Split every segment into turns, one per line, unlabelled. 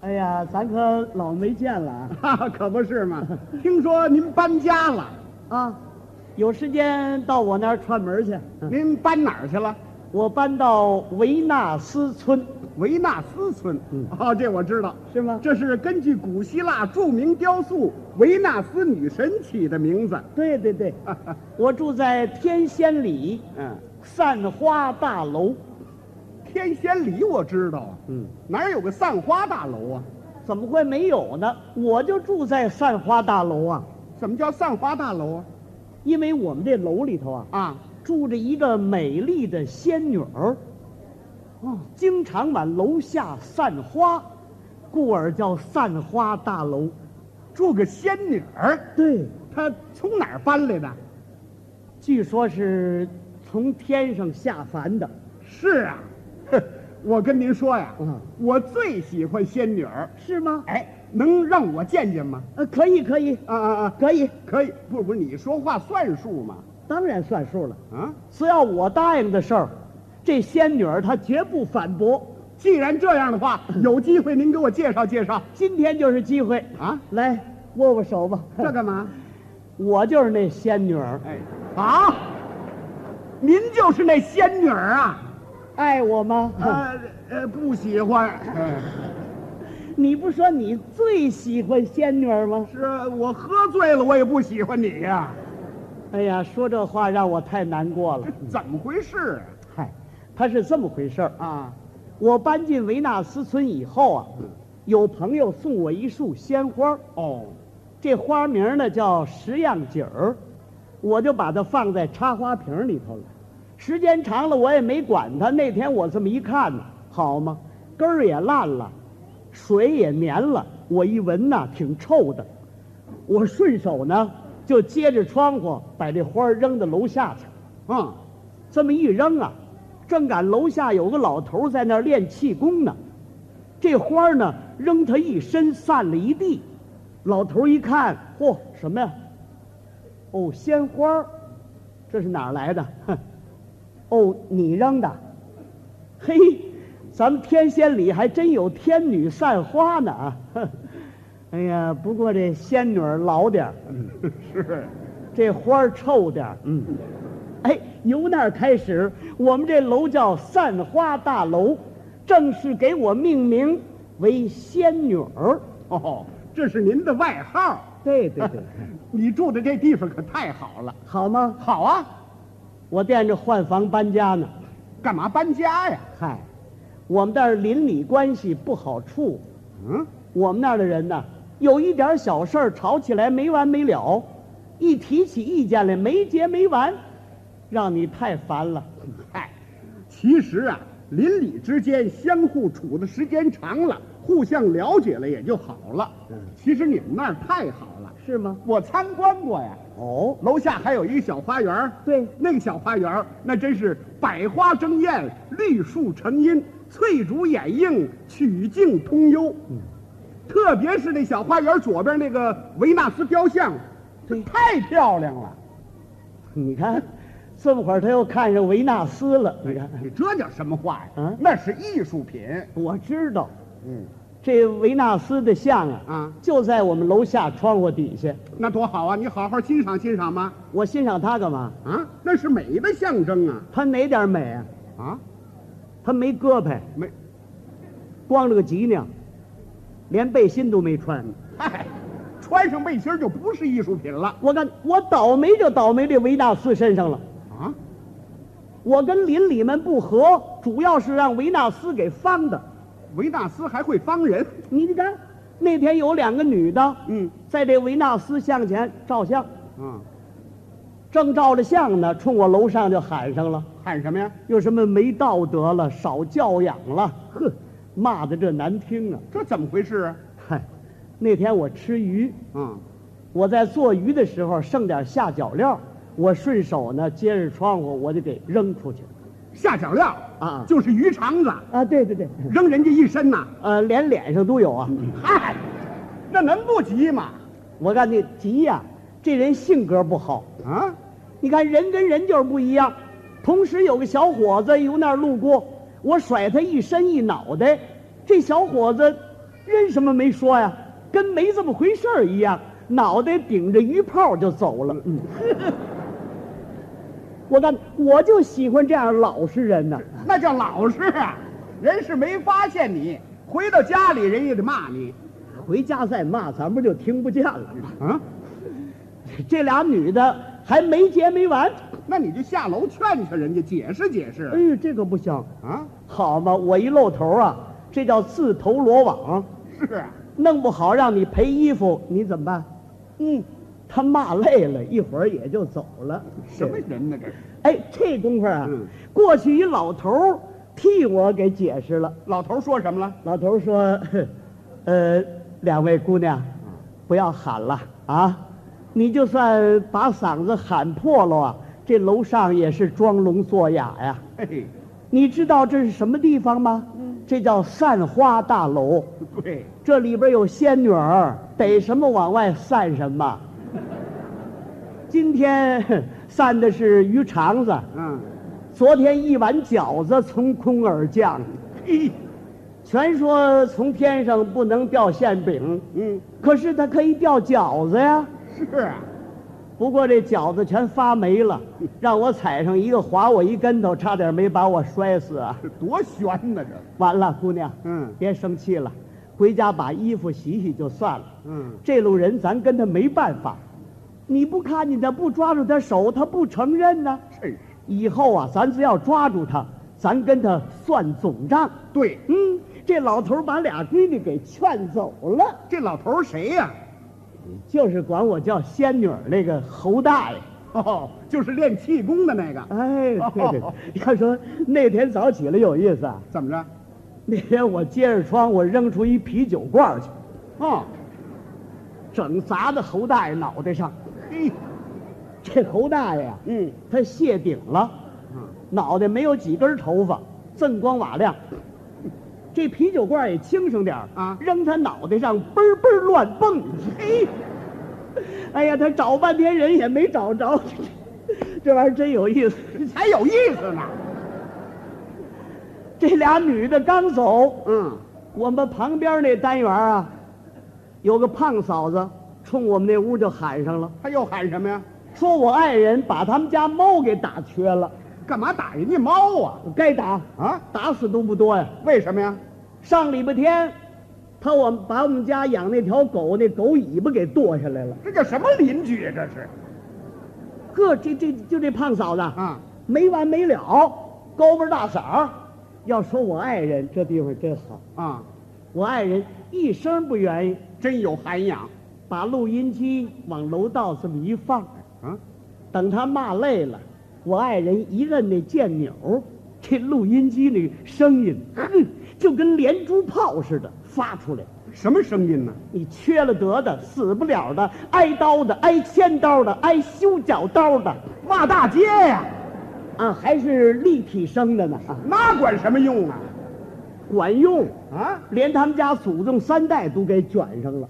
哎呀，咱可老没见了啊
哈， 可不是嘛。听说您搬家了，
啊！有时间到我那儿串门去。
您搬哪儿去了？
我搬到维纳斯村，
维纳斯村。
嗯
哦，这我知道。
是吗？
这是根据古希腊著名雕塑维纳斯女神起的名字。
对对 对，我住在天仙里
嗯，
散花大楼。
天仙里我知道啊，
嗯，
哪儿有个散花大楼啊？
怎么会没有呢？我就住在散花大楼啊，
怎么叫散花大楼啊？
因为我们这楼里头啊，
啊，
住着一个美丽的仙女儿，
哦，
经常往楼下散花，故而叫散花大楼。
住个仙女儿，
对，
她从哪儿搬来的？
据说是从天上下凡的。
是啊，哼我跟您说呀，
嗯
我最喜欢仙女儿。
是吗？
哎，能让我见见吗？
呃，可以，可以，
啊啊啊！
可以，
可以，不是不是，你说话算数吗？
当然算数了。
啊，
只要我答应的事儿，这仙女儿她绝不反驳。
既然这样的话，有机会您给我介绍介绍
今天就是机会，
啊？
来握握手吧。
这干嘛？
我就是那仙女儿，
哎，好，您就是那仙女儿啊？
爱我吗？
呃呃，不喜欢。
你不说你最喜欢仙女儿吗？
是我喝醉了，我也不喜欢你呀、
哎呀，说这话让我太难过了。
怎么回事
嗨，她是这么回事儿
啊？。啊，
我搬进维纳斯村以后啊，有朋友送我一束鲜花儿，
哦，
这花名呢叫十样锦儿，我就把它放在插花瓶里头了。时间长了，我也没管它。那天我这么一看呢，好嘛，根儿也烂了，水也粘了，我一闻呐，挺臭的。我顺手呢，就接着窗户把这花儿扔到楼下去。啊
嗯，
这么一扔啊，正赶楼下有个老头在那儿练气功呢，这花儿呢扔他一身散了一地，老头一看，嚯、什么呀？哦，鲜花儿，这是哪儿来的？哼，哦，你扔的？嘿，咱们天仙里还真有天女散花呢啊！哼哎呀，不过这仙女儿老点儿，
是，
这花儿臭点儿，
嗯，
哎，由那儿开始，我们这楼叫散花大楼，正式给我命名为仙女儿。
哦，这是您的外号。
对对对，
你住的这地方可太好了。
好吗？
好啊，
我惦着换房搬家呢。
干嘛搬家呀？
嗨，我们那儿邻里关系不好处，
嗯，
我们那儿的人呢，有一点小事儿吵起来没完没了，一提起意见来没结没完，让你太烦了。
嗨，其实啊，邻里之间相互处的时间长了，互相了解了也就好了。
嗯
其实你们那儿太好了，
是吗？
我参观过呀。
哦，
楼下还有一个小花园儿
对
那个小花园儿那真是百花争艳，绿树成荫，翠竹掩映，曲径通幽。嗯，特别是那小花园左边那个维纳斯雕像，
对
太漂亮了。
你看，这么会儿他又看上维纳斯了。你看。
你这叫什么话呀？
嗯
那是艺术品。
我知道，
嗯，
这维纳斯的像啊，
啊
就在我们楼下窗户底下。
那多好啊！你好好欣赏欣赏吧。
我欣赏它干嘛？
啊，那是美的象征啊！
它哪点美啊？
啊，
它没胳膊，
美，
光着个脊梁，连背心都没穿。
嗨，穿上背心儿就不是艺术品了
我看我倒霉就倒霉这维纳斯身上了。
啊！
我跟邻里们不和，主要是让维纳斯给方的。
维纳斯还会方人。
你看，那天有两个女的，
嗯，
在这维纳斯像前照相，
啊，
正照着相呢，冲我楼上就喊上了。
喊什么呀？
又什么没道德了、少教养了，呵，骂的这难听啊！
这怎么回事啊？
嗨，那天我吃鱼，
嗯，
我在做鱼的时候剩点下脚料，我顺手呢接着窗户我就给扔出去了。
下脚料
啊
就是鱼肠子，
啊，对对对，
扔人家一身呐。
呃，连脸上都有啊。
嗨，那能不急吗？
我告诉你，急呀、这人性格不好。
啊，
你看人跟人就是不一样。同时有个小伙子由那儿路过，我甩他一身一脑袋，这小伙子认什么没说呀？跟没这么回事儿一样，脑袋顶着鱼泡就走了。 我告诉你，我就喜欢这样老实人呢、
那叫老实啊。人是没发现你，回到家里人也得骂你。
回家再骂，咱们就听不见了。
啊，
这俩女的还没结没完。
那你就下楼劝劝人家，解释解
哎
释。
呦，这个不行，
啊，
好嘛，我一露头啊，这叫自投罗网，
是啊，
弄不好让你赔衣服，你怎么办？嗯，他骂累了，一会儿也就走了。
什么人呢这是？
哎，这功夫啊，
嗯
过去一老头儿替我给解释了。
老头说什么了？
老头儿说：“ 呃，两位姑娘，不要喊了啊！你就算把嗓子喊破了啊，这楼上也是装聋作哑呀。
嘿嘿，
你知道这是什么地方吗？这叫散花大楼，
对，
这里边有仙女儿，逮什么往外散什么。今天散的是鱼肠子，
嗯，
昨天一碗饺子从空而降。”
嘿，
全说从天上不能掉馅饼，
嗯，
可是它可以掉饺子呀。
是啊，
不过这饺子全发霉了，让我踩上一个划我一跟头，差点没把我摔死啊！
这多悬呢这。
完了，姑娘，
嗯
别生气了，回家把衣服洗洗就算了。
嗯，
这路人咱跟他没办法，你不看见他，不抓住他手，他不承认呢、
真是。
以后啊，咱只要抓住他，咱跟他算总账。
对，
嗯，这老头儿把俩闺女给劝走了。
这老头谁呀、
就是管我叫仙女儿那个侯大爷。
哦，就是练气功的那个。
哎，对对
哦，
要说那天早起来有意思啊。
怎么着？
那天我接着窗，我扔出一啤酒罐儿去，
哦，
整砸到侯大爷脑袋上。
嘿，
这侯大爷啊，
嗯
他谢顶了，
嗯，
脑袋没有几根头发，锃光瓦亮。这啤酒罐儿也轻省点儿
嗯啊
扔他脑袋上嘣儿嘣儿乱蹦。
嘿，
哎呀，他找半天人也没找着， 这玩意儿真有意思。
这才有意思呢。
这俩女的刚走，
嗯，
我们旁边那单元啊，有个胖嫂子冲我们那屋就喊上了，
他又喊什么呀？
说我爱人把他们家猫给打瘸了，
干嘛打人家猫啊？
该打，
啊？
打死都不多呀。
为什么呀？
上礼拜天，他我们把我们家养那条狗那狗尾巴给剁下来了。
这叫什么邻居呀、这是
呵，这这就这胖嫂子
啊，
没完没了，高巴大嗓儿。要说我爱人这地方真好，
啊，
我爱人一声不愿意，
真有涵养
把录音机往楼道这么一放，
啊！
等他骂累了，我爱人一摁那键钮，这录音机那声音，哼，就跟连珠炮似的发出来。
什么声音呢？
你缺了德的、死不了的、挨刀的、挨千刀的、挨修脚刀的，
骂大街呀、
啊，还是立体声的呢，啊，
那管什么用啊？
管用，
啊，
连他们家祖宗三代都给卷上了。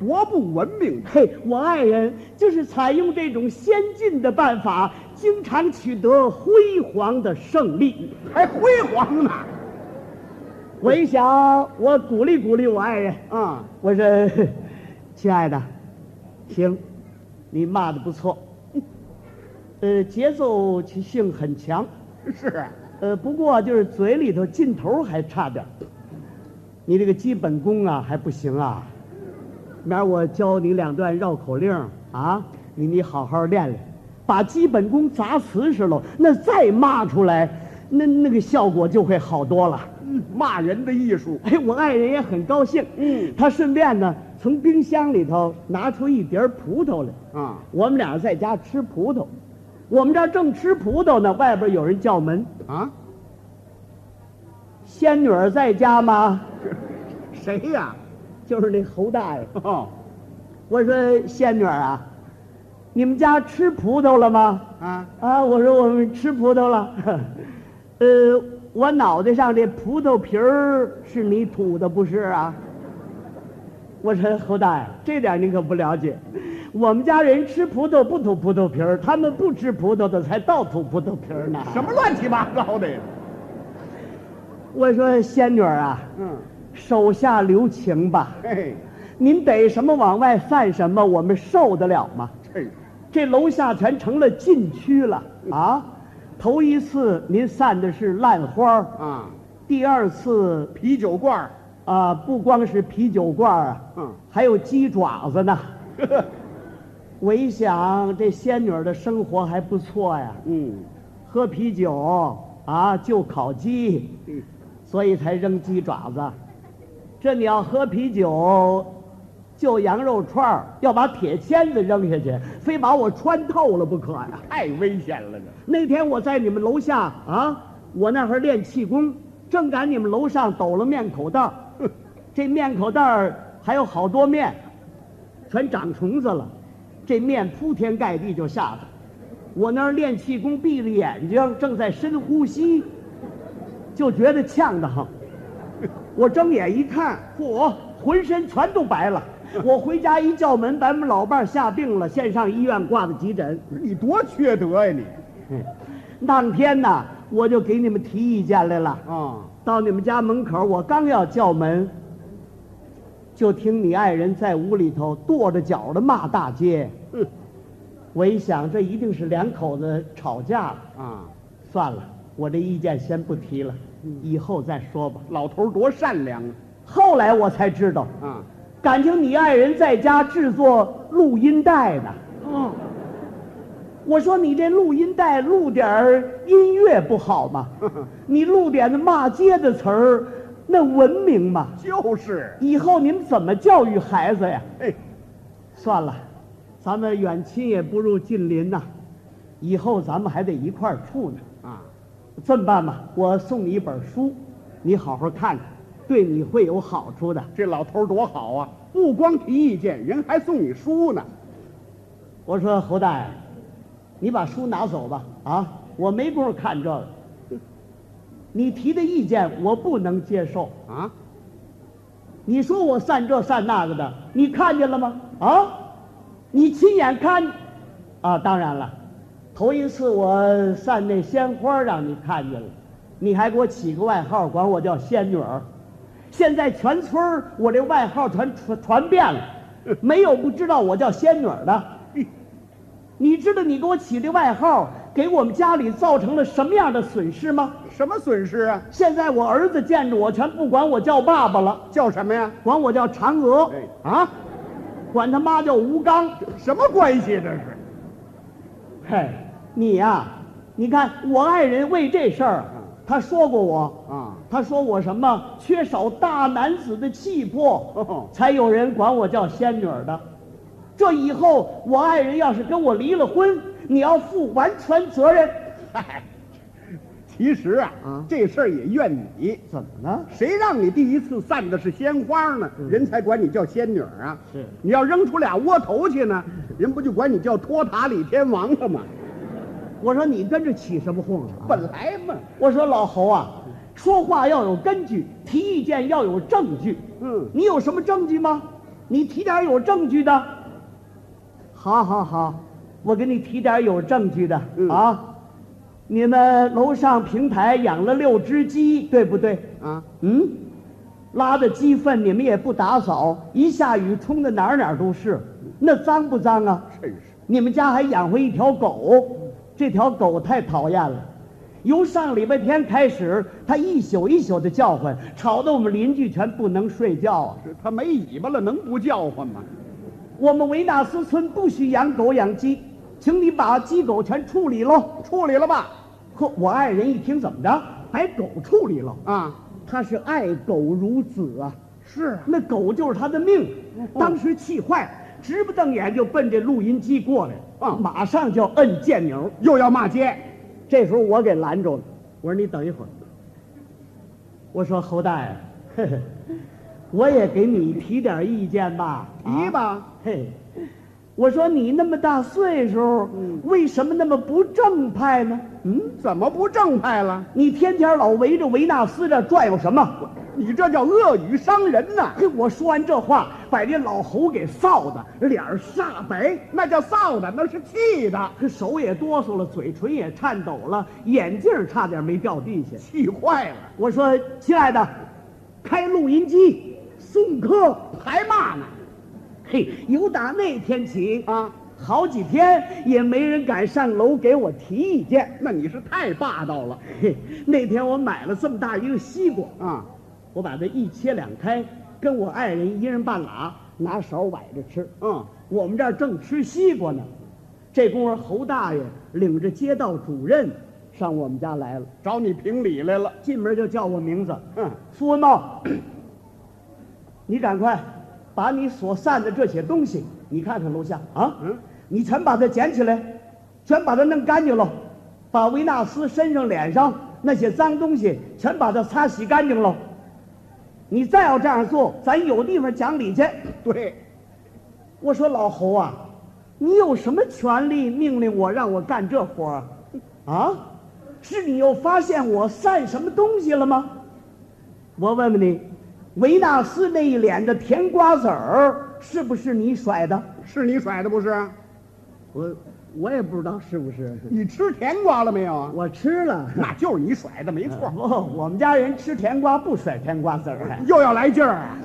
多不文明！
嘿，我爱人就是采用这种先进的办法，经常取得辉煌的胜利。
还辉煌呢！
我一想，我鼓励鼓励我爱人，
啊，
我说：“亲爱的，行，你骂的不错，呃，节奏性很强，
是啊，
呃，不过就是嘴里头劲头还差点儿，你这个基本功啊还不行啊。明儿我教你两段绕口令儿啊，你你好好练练，把基本功砸瓷实了，那再骂出来，那那个效果就会好多了。”
嗯骂人的艺术。
哎，我爱人也很高兴。
嗯，
他顺便呢，从冰箱里头拿出一碟儿葡萄来。
啊
我们俩在家吃葡萄，我们这儿正吃葡萄呢，外边有人叫门
啊，：“
仙女儿在家吗
谁呀、？”
就是那侯大爷。
哦，
我说：“仙女儿啊，你们家吃葡萄了吗？”
啊，
啊，我说我们吃葡萄了。 呃，我脑袋上这葡萄皮儿是你吐的，不是啊？我说侯大爷，这点您可不了解。我们家人吃葡萄不吐葡萄皮儿，他们不吃葡萄的才倒吐葡萄皮儿呢。
什么乱七八糟的呀？
我说仙女儿啊，
嗯，
什手下留情吧，
嘿嘿，
您逮什么往外散什么，我们受得了吗？
这
这楼下全成了禁区了啊！头一次您散的是烂花儿
啊，
第二次
啤酒罐儿
啊，不光是啤酒罐儿啊，
嗯
还有鸡爪子呢。 我一想，这仙女儿的生活还不错呀，
嗯，
喝啤酒啊，就烤鸡，
嗯
所以才扔鸡爪子。这你要喝啤酒，就羊肉串儿，要把铁签子扔下去，非把我穿透了不可呀、
太危险了呢。
那天我在你们楼下啊，我那会儿练气功，正赶你们楼上抖了面口袋儿， 这面口袋儿还有好多面，全长虫子了，这面铺天盖地就下来。我那儿练气功，闭着眼睛，正在深呼吸，就觉得呛得慌。我睁眼一看，嚯，浑身全都白了。我回家一叫门，把我们老伴儿吓病了，先上医院挂的急诊。
你多缺德呀你！
当天呐，我就给你们提意见来了。
啊，
到你们家门口，我刚要叫门，就听你爱人在屋里头跺着脚的骂大街。
嗯
我一想，这一定是两口子吵架了。
啊，
算了，我这意见先不提了，以后再说吧。
老头儿多善良啊！
后来我才知道，
啊，
感情你爱人在家制作录音带呢。
哦，
我说你这录音带录点儿音乐不好吗？你录点那骂街的词儿，那文明吗？
就是，
以后你们怎么教育孩子呀？
哎，
算了，咱们远亲也不如近邻呐、以后咱们还得一块儿处呢。
啊，
这么办吧，我送你一本书，你好好看看，对你会有好处的。
这老头儿多好啊！不光提意见，人还送你书呢。
我说侯大爷，你把书拿走吧，啊，我没工夫看这个。你提的意见我不能接受。
啊，
你说我散这散那个的，你看见了吗？啊，你亲眼看，啊，当然了，头一次我散那鲜花让你看见了，你还给我起个外号，管我叫仙女儿。现在全村儿我这外号传传传遍了，没有不知道我叫仙女儿的。你知道你给我起这外号给我们家里造成了什么样的损失吗？
什么损失啊？
现在我儿子见着我全不管我叫爸爸了。
叫什么呀？
管我叫嫦娥，
哎，啊，
管他妈叫吴刚。
什么关系这是？
嘿，你呀、你看我爱人为这事儿啊，他说过我，
啊，
他说我什么缺少大男子的气
哦
魄，才有人管我叫仙女儿的。这以后我爱人要是跟我离了婚，你要负完全责任。
嗨，其实啊，
啊
这事儿也怨你。
怎么了？
谁让你第一次散的是鲜花呢？人才管你叫仙女儿啊！
嗯是
你要扔出俩窝头去呢，人不就管你叫托塔李天王了吗？
我说你跟着起什么哄啊？
本来嘛，
我说老侯啊，说话要有根据，提意见要有证据。
嗯
你有什么证据吗？你提点有证据的。好好好，我给你提点有证据的、
嗯
啊。你们楼上平台养了六只鸡，对不对？
啊，
嗯，拉的鸡粪你们也不打扫，一下雨冲的哪儿哪儿都是，那脏不脏啊？
真是
你们家还养活一条狗，这条狗太讨厌了。由上礼拜天开始，它一宿一宿的叫唤，吵得我们邻居全不能睡觉啊。
这他没尾巴了，能不叫唤吗？
我们维纳斯村不许养狗养鸡，请你把鸡狗全处理喽。
处理了吧？
呵，我爱人一听怎么着，把狗处理了，
啊，
他是爱狗如子啊，
是啊，
那狗就是他的命。
嗯
当时气坏了，直不瞪眼就奔这录音机过来了，
嗯
马上就摁键钮。
又要骂街，
这时候我给拦住了，我说你等一会儿。我说侯大爷，呵呵我也给你提点意见吧，
提吧
啊嘿，我说你那么大岁数，
嗯
为什么那么不正派呢？嗯，
怎么不正派了？
你天天老围着维纳斯这转悠什么？
你这叫恶语伤人呐、
嘿， 我说完这话，把这老侯给臊的，脸儿煞白。
那叫臊的，那是气的，
手也哆嗦了，嘴唇也颤抖了，眼镜儿差点没掉地下。
气坏了。
我说：“亲爱的，开录音机送客排骂呢。嘿，由打那天起
啊，
好几天也没人敢上楼给我提意见。
那你是太霸道了
嘿，那天我买了这么大一个西瓜，
啊！
我把它一切两开，跟我爱人一人半拉，拿勺崴着吃。
嗯，
我们这儿正吃西瓜呢，这功夫侯大爷领着街道主任上我们家来了，
找你评理来了。
进门就叫我名字。
嗯，
苏文茂，你赶快把你所散的这些东西，你看看楼下啊，
嗯，
你全把它捡起来，全把它弄干净了，把维纳斯身上、脸上那些脏东西全把它擦洗干净了。你再要这样做，咱有地方讲理去。
对，
我说老侯啊，你有什么权利命令我让我干这活儿啊？啊，是你又发现我散什么东西了吗？我问问你，维纳斯那一脸的甜瓜子儿是不是你甩的？
是你甩的不是？
我我也不知道是不是，
你吃甜瓜了没有啊？
我吃了。
那就是你甩的，没错。
不，哦我们家人吃甜瓜不甩甜瓜子儿。哎
又要来劲儿啊！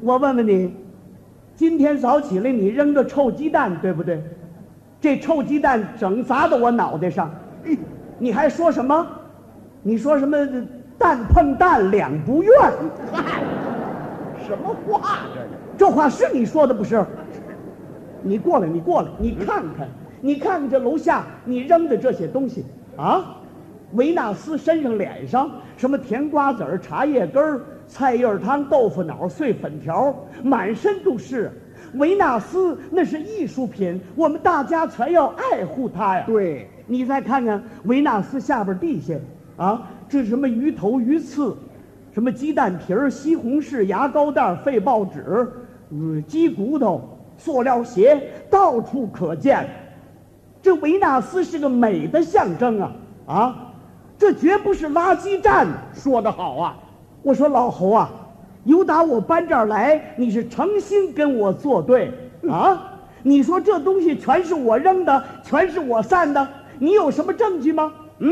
我问问你，今天早起来你扔个臭鸡蛋，对不对？这臭鸡蛋整砸到我脑袋上，
哎
你还说什么？你说什么蛋碰蛋两不怨？
嗨，什么话这是？
这话是你说的不是？你过来，你过来，你看看，你看看这楼下你扔的这些东西啊，维纳斯身上、脸上，什么甜瓜子儿、茶叶根儿、菜叶儿汤、豆腐脑、碎粉条，满身都是。维纳斯那是艺术品，我们大家全要爱护它呀。
对，
你再看看维纳斯下边地下啊，这什么鱼头、鱼刺，什么鸡蛋皮儿、西红柿、牙膏袋、废报纸、嗯、鸡骨头、塑料鞋，到处可见。这维纳斯是个美的象征啊啊！这绝不是垃圾站。
说得好啊！
我说老侯啊，由打我搬这儿来，你是诚心跟我作对啊？你说这东西全是我扔的，全是我散的，你有什么证据吗？嗯，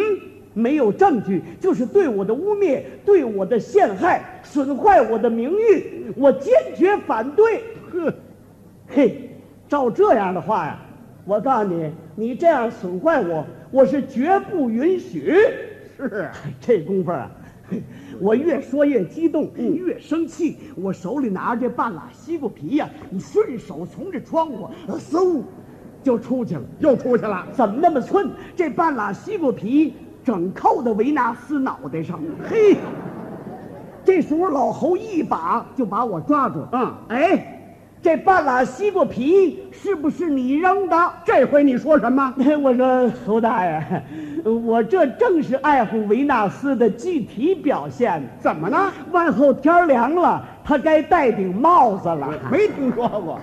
没有证据，就是对我的污蔑，对我的陷害，损坏我的名誉，我坚决反对。
呵，
嘿，照这样的话呀，我告诉你，你这样损坏我，我是绝不允许。
是啊，
这功夫啊，我越说越激动，越生气。我手里拿着这半拉西瓜皮呀、你顺手从这窗户呃嗖就出去了。
又出去了。
怎么那么寸？这半拉西瓜皮整扣到维纳斯脑袋上。嘿，这时候老侯一把就把我抓住。
嗯
哎，这半拉西瓜皮是不是你扔的？
这回你说什么？
我说侯大爷，我这正是爱护维纳斯的具体表现。
怎么呢？
往后天儿凉了，他该戴顶帽子了。
没听说过。